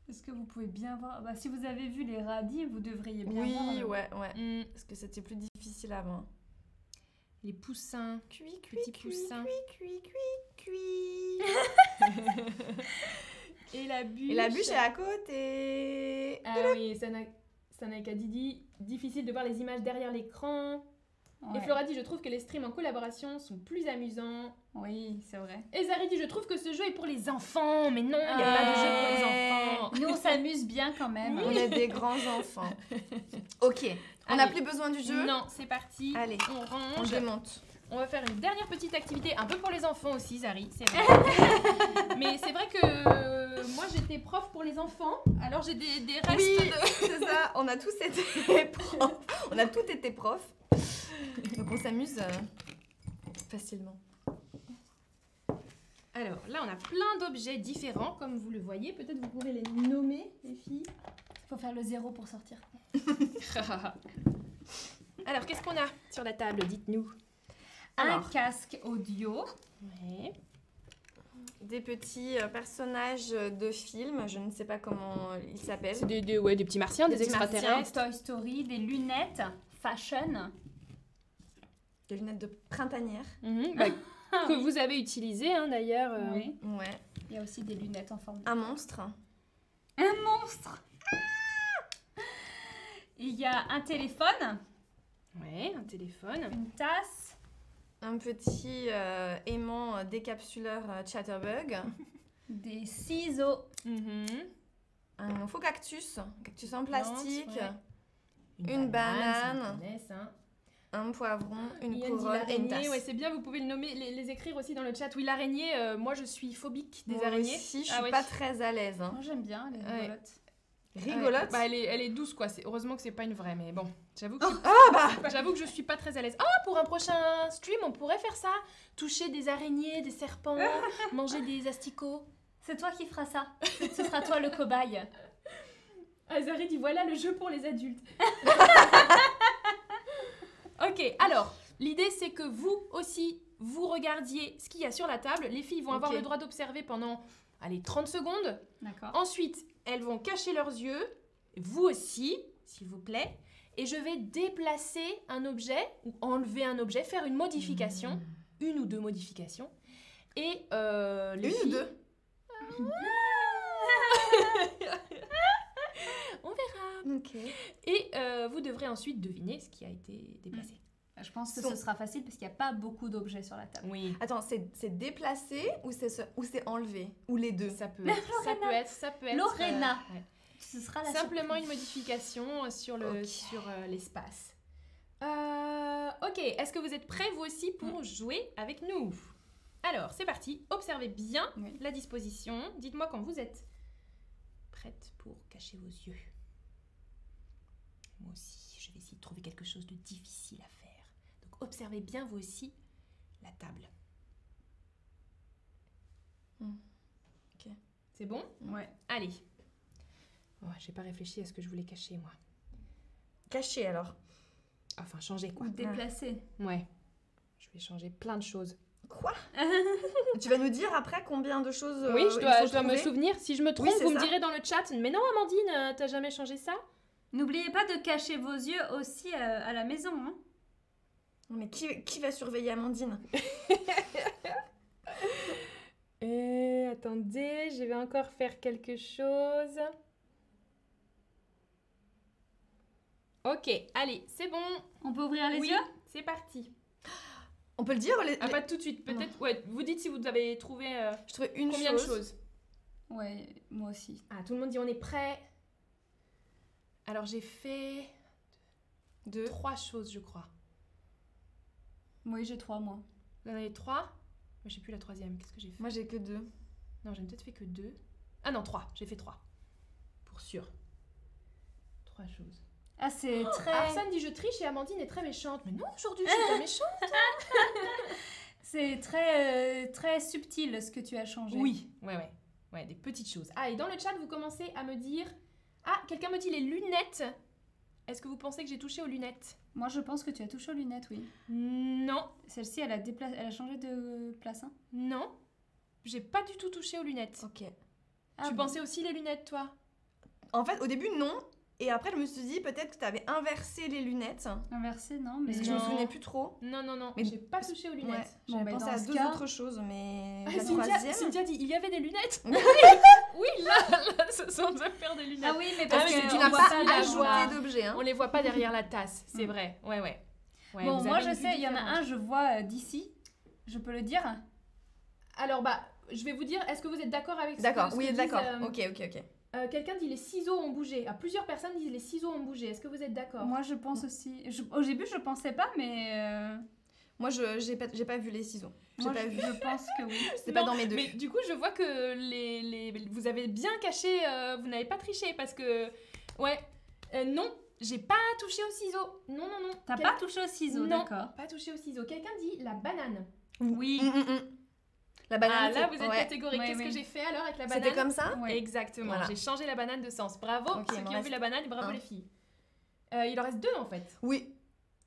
[SPEAKER 2] Est-ce que vous pouvez bien voir bah, Si vous avez vu les radis, vous devriez Eh bien voir. hein.
[SPEAKER 3] Oui,
[SPEAKER 2] le-
[SPEAKER 3] ouais, ouais.
[SPEAKER 1] Hmm,
[SPEAKER 3] Parce que c'était plus difficile avant.
[SPEAKER 1] les poussins.
[SPEAKER 3] Cuit, cuit,
[SPEAKER 1] Petit
[SPEAKER 3] cuit,
[SPEAKER 1] poussin.
[SPEAKER 3] cuit, cuit, cuit, cuit.
[SPEAKER 1] Et la bûche.
[SPEAKER 3] Et la bûche est à côté.
[SPEAKER 1] Ah oui, ça n'a- ça n'a qu'à Didi. Difficile de voir les images derrière l'écran.
[SPEAKER 2] Ouais.
[SPEAKER 1] Et Flora dit Je trouve que les streams en collaboration sont plus amusants.
[SPEAKER 2] Oui, c'est vrai.
[SPEAKER 1] Et Zari dit Je trouve que ce jeu est pour les enfants. Mais non, il n'y a
[SPEAKER 2] Ah.
[SPEAKER 1] pas de jeu pour les enfants.
[SPEAKER 2] Nous, on s'amuse bien quand même.
[SPEAKER 3] On est des grands enfants. Ok. On n'a
[SPEAKER 1] Allez.
[SPEAKER 3] plus besoin du jeu.
[SPEAKER 1] Non, c'est parti.
[SPEAKER 3] Allez.
[SPEAKER 1] On
[SPEAKER 3] On
[SPEAKER 1] range.
[SPEAKER 3] démonte.
[SPEAKER 1] On va faire une dernière petite activité, un peu pour les enfants aussi, Zari, c'est vrai. Mais c'est vrai que euh, moi j'étais prof pour les enfants, alors j'ai des, des restes
[SPEAKER 3] Oui,
[SPEAKER 1] de.
[SPEAKER 3] c'est ça. On a tous été profs. On a tous été profs. Donc on s'amuse euh, facilement.
[SPEAKER 1] Alors là, on a plein d'objets différents, comme vous le voyez. Peut-être vous pourrez les nommer, les filles.
[SPEAKER 2] Faut faire le zéro pour sortir.
[SPEAKER 1] alors qu'est-ce qu'on a sur la table Dites-nous.
[SPEAKER 2] Un
[SPEAKER 3] Alors.
[SPEAKER 2] casque audio.
[SPEAKER 1] Ouais.
[SPEAKER 3] Des petits euh, personnages de films. Je ne sais pas comment ils s'appellent.
[SPEAKER 1] C'est des, des- ouais, des petits martiens, des,
[SPEAKER 3] Des petits
[SPEAKER 2] Un
[SPEAKER 1] extraterrestres.
[SPEAKER 2] Toy Story, des lunettes, fashion.
[SPEAKER 3] Des lunettes de printanière.
[SPEAKER 1] Mhm, bah, que vous avez utilisé hein, d'ailleurs. euh.
[SPEAKER 2] Oui.
[SPEAKER 3] Ouais.
[SPEAKER 2] Il y a aussi des lunettes en forme de
[SPEAKER 3] Un monstre.
[SPEAKER 2] monstre. Ah Il y a un téléphone,
[SPEAKER 1] Ouais, un téléphone.
[SPEAKER 2] une tasse.
[SPEAKER 3] Un petit euh, aimant euh, décapsuleur euh, Chatterbug.
[SPEAKER 2] Des ciseaux,
[SPEAKER 1] Mhm.
[SPEAKER 3] Un faux cactus. Cactus en plastique.
[SPEAKER 1] ouais.
[SPEAKER 3] Une banane.
[SPEAKER 1] c'est un connaisse, hein.
[SPEAKER 3] un poivron, une
[SPEAKER 1] Il y a dit
[SPEAKER 3] couronne et une tasse.
[SPEAKER 1] l'araignée, ouais, c'est bien, vous pouvez le nommer, les, les écrire aussi dans le chat. Oui, l'araignée, euh, moi je suis phobique des
[SPEAKER 3] Moi
[SPEAKER 1] araignées.
[SPEAKER 3] aussi, je
[SPEAKER 1] Ah
[SPEAKER 3] suis
[SPEAKER 1] ouais.
[SPEAKER 3] pas très à l'aise. hein.
[SPEAKER 2] Moi j'aime bien les
[SPEAKER 3] Ouais.
[SPEAKER 2] rigolotes.
[SPEAKER 1] Ouais,
[SPEAKER 3] Rigolote. Oh,
[SPEAKER 1] bah, elle, est, elle est douce quoi, c'est, heureusement que c'est pas une vraie, mais bon, j'avoue que,
[SPEAKER 3] ah, bah.
[SPEAKER 1] j'avoue que je suis pas très à l'aise. Ah, pour un prochain stream, on pourrait faire ça toucher des araignées, des serpents, manger des asticots.
[SPEAKER 2] C'est toi qui feras ça. Ce sera toi le cobaye.
[SPEAKER 1] Azari dit voilà le jeu pour les adultes. ok, alors l'idée c'est que vous aussi vous regardiez ce qu'il y a sur la table. Les filles vont avoir
[SPEAKER 3] Ok.
[SPEAKER 1] le droit d'observer pendant allez 30 secondes.
[SPEAKER 2] D'accord.
[SPEAKER 1] Ensuite, elles vont cacher leurs yeux. Vous aussi, s'il vous plaît. Et je vais déplacer un objet ou enlever un objet, faire une modification, une ou deux modifications. Et euh, les
[SPEAKER 3] Hmm. Une
[SPEAKER 1] filles-
[SPEAKER 3] ou deux
[SPEAKER 1] On verra.
[SPEAKER 3] Ok.
[SPEAKER 1] Et euh, vous devrez ensuite deviner ce qui a été déplacé.
[SPEAKER 2] Je pense que
[SPEAKER 3] Son-
[SPEAKER 2] ce sera facile parce qu'il n'y a pas beaucoup d'objets sur la table.
[SPEAKER 1] Oui.
[SPEAKER 3] Attends, c'est c'est déplacé ou c'est se- ou c'est enlevé Ou les deux
[SPEAKER 1] Ça peut, être, ça peut être, ça peut être.
[SPEAKER 2] Lorena.
[SPEAKER 1] euh, ouais.
[SPEAKER 2] Ce sera la
[SPEAKER 1] Simplement une
[SPEAKER 2] surprise.
[SPEAKER 1] modification euh, sur le
[SPEAKER 3] Ok.
[SPEAKER 1] sur euh, l'espace. Euh, ok, est-ce que vous êtes prêts vous aussi pour
[SPEAKER 2] Mm.
[SPEAKER 1] jouer avec nous Alors, c'est parti. Observez bien
[SPEAKER 2] Oui.
[SPEAKER 1] la disposition. Dites-moi quand vous êtes prête pour cacher vos yeux. Moi aussi, je vais essayer de trouver quelque chose de difficile à faire. Donc, observez bien vous aussi la table.
[SPEAKER 2] Mm.
[SPEAKER 3] Hmm. Ok.
[SPEAKER 1] C'est bon
[SPEAKER 2] Ouais.
[SPEAKER 1] Allez. Oh, j'ai pas réfléchi à ce que je voulais cacher, moi.
[SPEAKER 3] Caché alors.
[SPEAKER 1] Enfin, changer, quoi.
[SPEAKER 3] Ah.
[SPEAKER 2] Ou déplacer.
[SPEAKER 1] Ouais. Je vais changer plein de choses.
[SPEAKER 3] Quoi Tu vas nous dire après combien de choses euh,
[SPEAKER 1] oui, je
[SPEAKER 3] il
[SPEAKER 1] dois,
[SPEAKER 3] faut
[SPEAKER 1] je dois me
[SPEAKER 3] trouver
[SPEAKER 1] souvenir. Si je me trompe,
[SPEAKER 3] c'est
[SPEAKER 1] vous me
[SPEAKER 3] ça.
[SPEAKER 1] direz dans le chat. Mais non, Amandine, euh, t'as jamais changé ça
[SPEAKER 2] N'oubliez pas de cacher vos yeux aussi euh, à la maison. hein.
[SPEAKER 3] Mais qui, qui va surveiller Amandine
[SPEAKER 1] Euh, attendez, je vais encore faire quelque chose. Ok, allez, c'est bon.
[SPEAKER 2] On peut ouvrir les
[SPEAKER 1] Oui,
[SPEAKER 2] yeux
[SPEAKER 1] c'est parti.
[SPEAKER 3] On peut le dire les-
[SPEAKER 1] Ah,
[SPEAKER 3] les-
[SPEAKER 1] pas tout de suite, peut-être. Ouais, vous dites si vous avez trouvé euh,
[SPEAKER 3] Je trouvais une
[SPEAKER 1] combien
[SPEAKER 3] chose.
[SPEAKER 1] de choses.
[SPEAKER 2] Ouais, moi aussi.
[SPEAKER 1] Ah, tout le monde dit on est prêt. Alors j'ai fait
[SPEAKER 3] Deux.
[SPEAKER 1] trois choses, je crois.
[SPEAKER 2] Oui, j'ai trois moi.
[SPEAKER 1] Vous en avez trois Moi j'ai plus la troisième, qu'est-ce que j'ai fait
[SPEAKER 3] Moi j'ai que deux.
[SPEAKER 1] Non, j'ai peut-être fait que deux. Ah non, trois, j'ai fait trois. Pour sûr. Trois choses.
[SPEAKER 2] Ah, c'est très.
[SPEAKER 1] Arsène dit je triche et Amandine est très méchante. Mais non, aujourd'hui je suis pas méchante.
[SPEAKER 2] C'est très, euh, très subtil ce que tu as changé.
[SPEAKER 1] Oui, ouais, ouais. Ouais, des petites choses. Ah, et dans le chat, vous commencez à me dire. Ah, quelqu'un me dit les lunettes. Est-ce que vous pensez que j'ai touché aux lunettes
[SPEAKER 2] Moi, je pense que tu as touché aux lunettes, oui.
[SPEAKER 1] Non,
[SPEAKER 2] Celle-ci, elle, a dépla- elle a changé de place. hein.
[SPEAKER 1] non. J'ai pas du tout touché aux lunettes.
[SPEAKER 3] Ok.
[SPEAKER 2] Ah
[SPEAKER 1] tu
[SPEAKER 2] bon.
[SPEAKER 1] pensais aussi les lunettes, toi
[SPEAKER 3] En fait, au début, non. Et après, je me suis dit peut-être que t'avais inversé les lunettes.
[SPEAKER 2] Inversé, non mais...
[SPEAKER 3] Parce que je me
[SPEAKER 1] Non.
[SPEAKER 3] souvenais plus trop.
[SPEAKER 1] Non, non, non.
[SPEAKER 3] Mais-
[SPEAKER 1] J'ai pas touché aux
[SPEAKER 3] Ouais.
[SPEAKER 1] lunettes.
[SPEAKER 2] Bon,
[SPEAKER 3] J'avais
[SPEAKER 2] mais
[SPEAKER 3] pensé
[SPEAKER 2] dans
[SPEAKER 3] à
[SPEAKER 2] ce
[SPEAKER 3] deux
[SPEAKER 2] cas-
[SPEAKER 3] autres choses, mais
[SPEAKER 1] Ah,
[SPEAKER 3] la
[SPEAKER 1] Cynthia,
[SPEAKER 3] troisième.
[SPEAKER 1] Cynthia dit il y avait des lunettes. oui, là, là, ce sont deux paires de lunettes.
[SPEAKER 2] Ah oui, mais
[SPEAKER 1] parce
[SPEAKER 2] parce
[SPEAKER 1] Ah, mais
[SPEAKER 2] que
[SPEAKER 1] que
[SPEAKER 3] tu
[SPEAKER 1] on
[SPEAKER 3] n'as
[SPEAKER 1] voit pas
[SPEAKER 3] pas
[SPEAKER 1] la joie.
[SPEAKER 3] ajouté d'objet.
[SPEAKER 1] On
[SPEAKER 3] Hein.
[SPEAKER 1] les voit pas derrière la tasse, c'est
[SPEAKER 3] Mm.
[SPEAKER 1] vrai. Ouais, ouais. Ouais,
[SPEAKER 2] Bon,
[SPEAKER 1] vous
[SPEAKER 2] moi,
[SPEAKER 1] avez
[SPEAKER 2] je
[SPEAKER 1] une vue
[SPEAKER 2] sais, il y en a
[SPEAKER 1] différente.
[SPEAKER 2] un, je vois euh, d'ici. Je peux le dire
[SPEAKER 1] Alors, bah, je vais vous dire, est-ce que vous êtes d'accord avec ce
[SPEAKER 3] D'accord,
[SPEAKER 1] que- ce
[SPEAKER 3] oui,
[SPEAKER 1] que disent,
[SPEAKER 3] d'accord.
[SPEAKER 1] euh,
[SPEAKER 3] Ok, ok, ok.
[SPEAKER 1] euh, Quelqu'un dit les ciseaux ont bougé. Ah, plusieurs personnes disent les ciseaux ont bougé. Est-ce que vous êtes d'accord
[SPEAKER 2] Moi, je pense aussi. Je- Au début, je pensais pas, mais. euh,
[SPEAKER 3] Moi, je j'ai pas, j'ai pas vu les ciseaux. J'ai
[SPEAKER 2] moi,
[SPEAKER 3] pas
[SPEAKER 2] je,
[SPEAKER 3] vu.
[SPEAKER 2] je pense que oui.
[SPEAKER 3] C'était
[SPEAKER 1] Non,
[SPEAKER 3] pas dans mes deux.
[SPEAKER 1] Mais du coup, je vois que les, les- vous avez bien caché, euh, vous n'avez pas triché parce que. Ouais. Euh, non, j'ai pas touché aux ciseaux. Non, non, non.
[SPEAKER 2] T'as
[SPEAKER 1] Quel-
[SPEAKER 2] pas touché au ciseau,
[SPEAKER 1] Non.
[SPEAKER 2] d'accord
[SPEAKER 1] Pas touché au ciseau. Quelqu'un dit la banane.
[SPEAKER 3] Oui.
[SPEAKER 2] Mm.
[SPEAKER 3] hum. La banane.
[SPEAKER 1] ah là,
[SPEAKER 3] c'est-
[SPEAKER 1] vous êtes
[SPEAKER 3] ouais.
[SPEAKER 1] catégorique.
[SPEAKER 2] Ouais,
[SPEAKER 1] Qu'est-ce
[SPEAKER 2] ouais.
[SPEAKER 1] que j'ai fait alors avec la
[SPEAKER 3] C'était
[SPEAKER 1] banane
[SPEAKER 3] comme ça
[SPEAKER 2] Ouais.
[SPEAKER 1] Exactement.
[SPEAKER 3] Voilà.
[SPEAKER 1] J'ai changé la banane de sens. Bravo
[SPEAKER 3] Ok, il
[SPEAKER 1] ceux
[SPEAKER 3] m'en
[SPEAKER 1] qui ont vu
[SPEAKER 3] reste
[SPEAKER 1] la banane et bravo
[SPEAKER 3] un.
[SPEAKER 1] les filles. Euh, il en reste deux en fait.
[SPEAKER 3] Oui.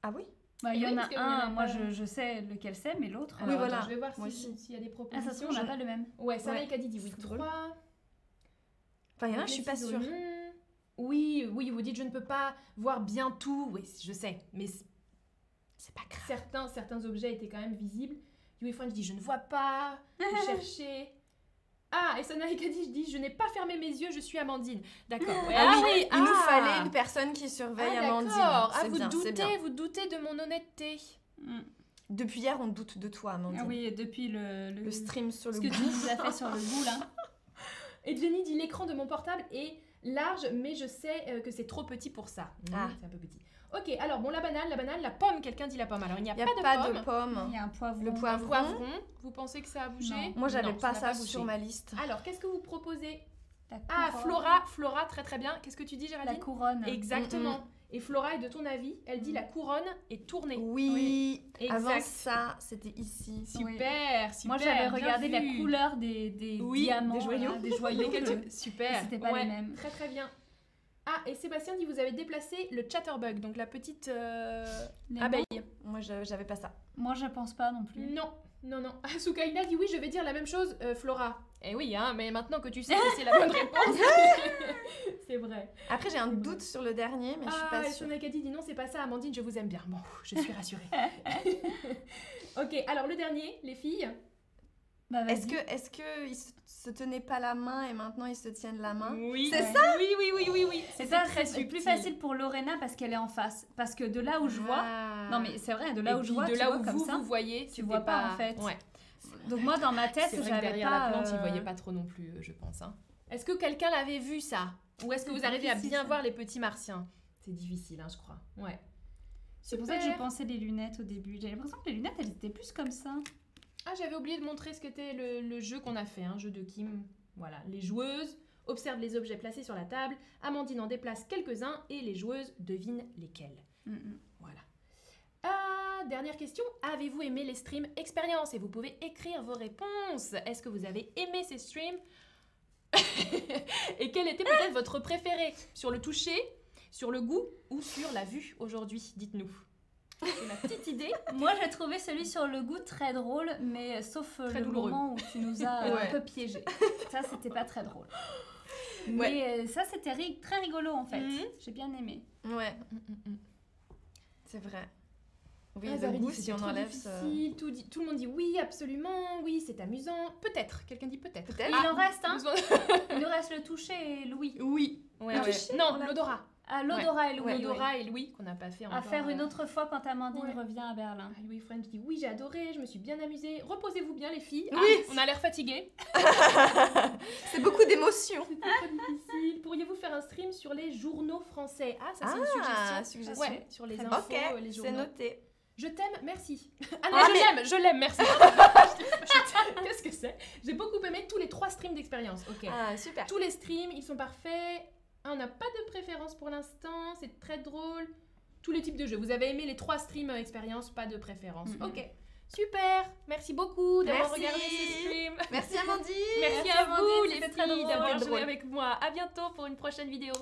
[SPEAKER 3] Ah oui
[SPEAKER 2] Bah, il y
[SPEAKER 1] Oui,
[SPEAKER 2] en
[SPEAKER 1] parce que
[SPEAKER 2] a
[SPEAKER 1] vous n'avez
[SPEAKER 2] un,
[SPEAKER 1] pas-
[SPEAKER 2] moi je, je sais lequel c'est, mais l'autre.
[SPEAKER 1] Alors,
[SPEAKER 2] euh,
[SPEAKER 3] voilà.
[SPEAKER 1] attends, je vais voir
[SPEAKER 3] Moi
[SPEAKER 1] si- s'il
[SPEAKER 3] aussi.
[SPEAKER 1] y a des
[SPEAKER 2] Ah, ça se
[SPEAKER 1] propositions.
[SPEAKER 2] trouve, on n'a
[SPEAKER 3] je-
[SPEAKER 2] pas le même.
[SPEAKER 1] Ouais, Sarah
[SPEAKER 3] Ouais.
[SPEAKER 1] qui a dit oui.
[SPEAKER 3] C'est drôle.
[SPEAKER 1] Trois.
[SPEAKER 3] Enfin, il y en a, Ah, je suis pas
[SPEAKER 1] Précision,
[SPEAKER 3] sûre.
[SPEAKER 1] non. Oui, oui, vous dites je ne peux pas voir bien tout. Oui, je sais, mais c-
[SPEAKER 3] C'est pas grave.
[SPEAKER 1] certains, certains objets étaient quand même visibles. Yui French dit je ne vois pas, vous cherchez. Ah, et Sana Ekadi dit je n'ai pas fermé mes yeux, je suis Amandine. D'accord. ouais.
[SPEAKER 3] Ah oui, il nous
[SPEAKER 1] ah.
[SPEAKER 3] fallait une personne qui surveille
[SPEAKER 1] Ah,
[SPEAKER 3] Amandine.
[SPEAKER 1] d'accord. Ah,
[SPEAKER 3] C'est
[SPEAKER 1] vous
[SPEAKER 3] bien, c'est
[SPEAKER 1] doutez,
[SPEAKER 3] bien.
[SPEAKER 1] vous doutez de mon honnêteté.
[SPEAKER 2] Mm.
[SPEAKER 3] Depuis hier, on doute de toi, Amandine.
[SPEAKER 2] Ah oui, depuis le, le,
[SPEAKER 3] Le stream sur
[SPEAKER 2] ce
[SPEAKER 3] le
[SPEAKER 2] que
[SPEAKER 3] goût.
[SPEAKER 2] tu nous as fait sur le bout là.
[SPEAKER 1] Et Jenny dit l'écran de mon portable est large, mais je sais euh, que c'est trop petit pour ça.
[SPEAKER 3] Ah.
[SPEAKER 1] C'est un peu petit. Ok, alors bon, la banane, la banane, la pomme, quelqu'un dit la pomme. Alors il n'y a,
[SPEAKER 3] Il n'y a
[SPEAKER 1] pas de
[SPEAKER 3] pas
[SPEAKER 1] pomme.
[SPEAKER 3] de pomme.
[SPEAKER 2] Il y a un poivron.
[SPEAKER 3] Le
[SPEAKER 1] Un
[SPEAKER 3] poivron.
[SPEAKER 1] poivron, vous pensez que ça a bougé
[SPEAKER 2] Hein Non.
[SPEAKER 3] Moi, j'avais
[SPEAKER 1] Non,
[SPEAKER 3] pas
[SPEAKER 1] n'a
[SPEAKER 3] ça
[SPEAKER 1] bougé.
[SPEAKER 3] sur ma liste.
[SPEAKER 1] Alors, qu'est-ce que vous proposez
[SPEAKER 2] La
[SPEAKER 1] Ah,
[SPEAKER 2] couronne.
[SPEAKER 1] Flora, Flora, très très bien. Qu'est-ce que tu dis,
[SPEAKER 2] La
[SPEAKER 1] Géraldine
[SPEAKER 2] couronne.
[SPEAKER 1] Exactement. Et Flora est de ton avis, elle dit
[SPEAKER 2] Mm.
[SPEAKER 1] la couronne est tournée.
[SPEAKER 3] Oui, avant
[SPEAKER 1] Exact.
[SPEAKER 3] ça, c'était ici.
[SPEAKER 1] Super, super.
[SPEAKER 2] Moi, j'avais
[SPEAKER 1] bien
[SPEAKER 2] regardé
[SPEAKER 1] vu.
[SPEAKER 2] la couleur des, des
[SPEAKER 1] Oui,
[SPEAKER 2] diamants,
[SPEAKER 1] des joyaux.
[SPEAKER 2] là, des joyaux.
[SPEAKER 1] Lesquels tu-
[SPEAKER 2] que-
[SPEAKER 1] Super.
[SPEAKER 2] C'était pas
[SPEAKER 1] Ouais,
[SPEAKER 2] les mêmes.
[SPEAKER 1] Très très bien. Ah, et Sébastien dit vous avez déplacé le chatterbug, donc la petite euh,
[SPEAKER 2] les
[SPEAKER 1] abeille.
[SPEAKER 3] Moi, je- j'avais pas ça.
[SPEAKER 2] mains. Moi, je pense pas non plus.
[SPEAKER 1] Non, non, non. Asukaina dit oui, je vais dire la même chose, euh, Flora. Eh oui, hein, mais maintenant que tu sais que c'est la bonne réponse. c'est vrai.
[SPEAKER 3] Après, j'ai un doute sur le dernier, mais je suis
[SPEAKER 1] ah,
[SPEAKER 3] pas
[SPEAKER 1] et
[SPEAKER 3] sûre.
[SPEAKER 1] Sonakadi dit non, c'est pas ça, Amandine, je vous aime bien. Bon, je suis rassurée. ok, alors le dernier, les filles.
[SPEAKER 2] Bah, vas-y.
[SPEAKER 3] Est-ce que, est-ce que ils se- se tenaient pas la main et maintenant ils se tiennent la main
[SPEAKER 1] Oui.
[SPEAKER 2] C'est
[SPEAKER 1] ça Oui, oui, oui, oui, oui.
[SPEAKER 2] C'est ça,
[SPEAKER 1] très
[SPEAKER 2] c'est plus
[SPEAKER 1] subtil.
[SPEAKER 2] facile pour Lorena parce qu'elle est en face. Parce que de là où je vois.
[SPEAKER 3] Ah.
[SPEAKER 2] Non, mais c'est vrai, de là
[SPEAKER 1] Et
[SPEAKER 2] où je
[SPEAKER 1] puis,
[SPEAKER 2] vois,
[SPEAKER 1] de
[SPEAKER 2] tu
[SPEAKER 1] là
[SPEAKER 2] vois
[SPEAKER 1] où
[SPEAKER 2] comme
[SPEAKER 1] vous,
[SPEAKER 2] ça.
[SPEAKER 1] vous voyez,
[SPEAKER 2] tu
[SPEAKER 1] c'était
[SPEAKER 2] vois pas, en fait.
[SPEAKER 1] Ouais.
[SPEAKER 2] Donc, moi, dans ma tête,
[SPEAKER 1] C'est vrai que
[SPEAKER 2] j'avais
[SPEAKER 1] derrière
[SPEAKER 2] pas.
[SPEAKER 1] la plante, ils
[SPEAKER 2] euh,
[SPEAKER 1] voyaient pas trop non plus, euh, je pense. hein. Est-ce que quelqu'un l'avait vu ça Ou est-ce que
[SPEAKER 2] C'est
[SPEAKER 1] vous arrivez à
[SPEAKER 2] difficile,
[SPEAKER 1] bien
[SPEAKER 2] ça.
[SPEAKER 1] voir les petits martiens C'est difficile, hein, je crois. Ouais.
[SPEAKER 2] C'est pour ça que j'ai
[SPEAKER 1] Super.
[SPEAKER 2] pensé les lunettes au début. J'ai l'impression que les lunettes, elles étaient plus comme ça.
[SPEAKER 1] Ah, j'avais oublié de montrer ce qu'était le, le jeu qu'on a fait, un jeu de Kim. Voilà, les joueuses observent les objets placés sur la table, Amandine en déplace quelques-uns et les joueuses devinent lesquels.
[SPEAKER 2] Mm, mm.
[SPEAKER 1] Voilà. Ah, dernière question, avez-vous aimé les streams expérience Et vous pouvez écrire vos réponses. Est-ce que vous avez aimé ces streams Et quel était peut-être votre préféré Sur le toucher, sur le goût ou sur la vue aujourd'hui Dites-nous. C'est ma petite idée.
[SPEAKER 2] Moi, j'ai trouvé celui sur le goût très drôle, mais sauf euh,
[SPEAKER 1] Très
[SPEAKER 2] le
[SPEAKER 1] douloureux.
[SPEAKER 2] moment où tu nous as euh,
[SPEAKER 3] Ouais.
[SPEAKER 2] un peu piégés. Ça, c'était pas très drôle.
[SPEAKER 3] Ouais.
[SPEAKER 2] Mais euh, ça, c'était ri- très rigolo en fait.
[SPEAKER 1] Mhm.
[SPEAKER 2] J'ai bien aimé.
[SPEAKER 3] Ouais, c'est vrai. Oui, le goût, si on enlève ça.
[SPEAKER 1] tout, dit- tout le monde dit oui, absolument, oui, c'est amusant. Peut-être, quelqu'un dit peut-être.
[SPEAKER 3] Peut-être. Ah,
[SPEAKER 2] Il en reste, hein
[SPEAKER 1] Nous en-
[SPEAKER 2] Il nous reste le toucher et Louis.
[SPEAKER 1] Oui.
[SPEAKER 3] Le
[SPEAKER 1] ouais.
[SPEAKER 3] toucher, on
[SPEAKER 1] Non,
[SPEAKER 3] l'a-
[SPEAKER 1] l'odorat.
[SPEAKER 2] Ah, l'odorat et Louis. oui.
[SPEAKER 1] l'odorat et Louis qu'on n'a pas fait
[SPEAKER 2] À
[SPEAKER 1] encore.
[SPEAKER 2] faire une
[SPEAKER 1] euh,
[SPEAKER 2] autre fois quand Amandine
[SPEAKER 1] Ouais.
[SPEAKER 2] revient à Berlin.
[SPEAKER 1] Ah, Louis French dit oui j'ai adoré, je me suis bien amusée. Reposez-vous bien les filles.
[SPEAKER 3] Oui.
[SPEAKER 1] Ah, on a l'air fatigué.
[SPEAKER 3] C'est beaucoup d'émotions.
[SPEAKER 1] C'était trop difficile. Pourriez-vous faire un stream sur les journaux français Ah ça c'est une
[SPEAKER 3] Ah,
[SPEAKER 1] suggestion.
[SPEAKER 3] suggestion.
[SPEAKER 1] Ouais, sur les
[SPEAKER 2] Très
[SPEAKER 1] infos,
[SPEAKER 3] Ok,
[SPEAKER 1] euh, les
[SPEAKER 3] c'est
[SPEAKER 1] journaux.
[SPEAKER 3] noté.
[SPEAKER 1] Je t'aime, merci. Ah non,
[SPEAKER 3] Ah,
[SPEAKER 1] je
[SPEAKER 3] mais-
[SPEAKER 1] l'aime, je l'aime, merci. Je t'aime, Qu'est-ce que c'est J'ai beaucoup aimé tous les trois streams d'expérience. Ok.
[SPEAKER 3] Ah, super.
[SPEAKER 1] Tous les streams, ils sont parfaits. Ah, on n'a pas de préférence pour l'instant, c'est très drôle. Tous les types de jeux. Vous avez aimé les trois streams euh, expérience, pas de préférence.
[SPEAKER 2] Mhm.
[SPEAKER 1] Ok, super. Merci beaucoup d'avoir
[SPEAKER 3] Merci.
[SPEAKER 1] regardé ce stream.
[SPEAKER 3] Merci Amandine.
[SPEAKER 1] Merci, à
[SPEAKER 2] Amandine,
[SPEAKER 1] vous
[SPEAKER 2] c'était
[SPEAKER 1] les
[SPEAKER 2] très
[SPEAKER 1] filles
[SPEAKER 2] drôle.
[SPEAKER 1] d'avoir
[SPEAKER 3] C'était
[SPEAKER 1] joué
[SPEAKER 3] drôle.
[SPEAKER 1] avec moi. À bientôt pour une prochaine vidéo.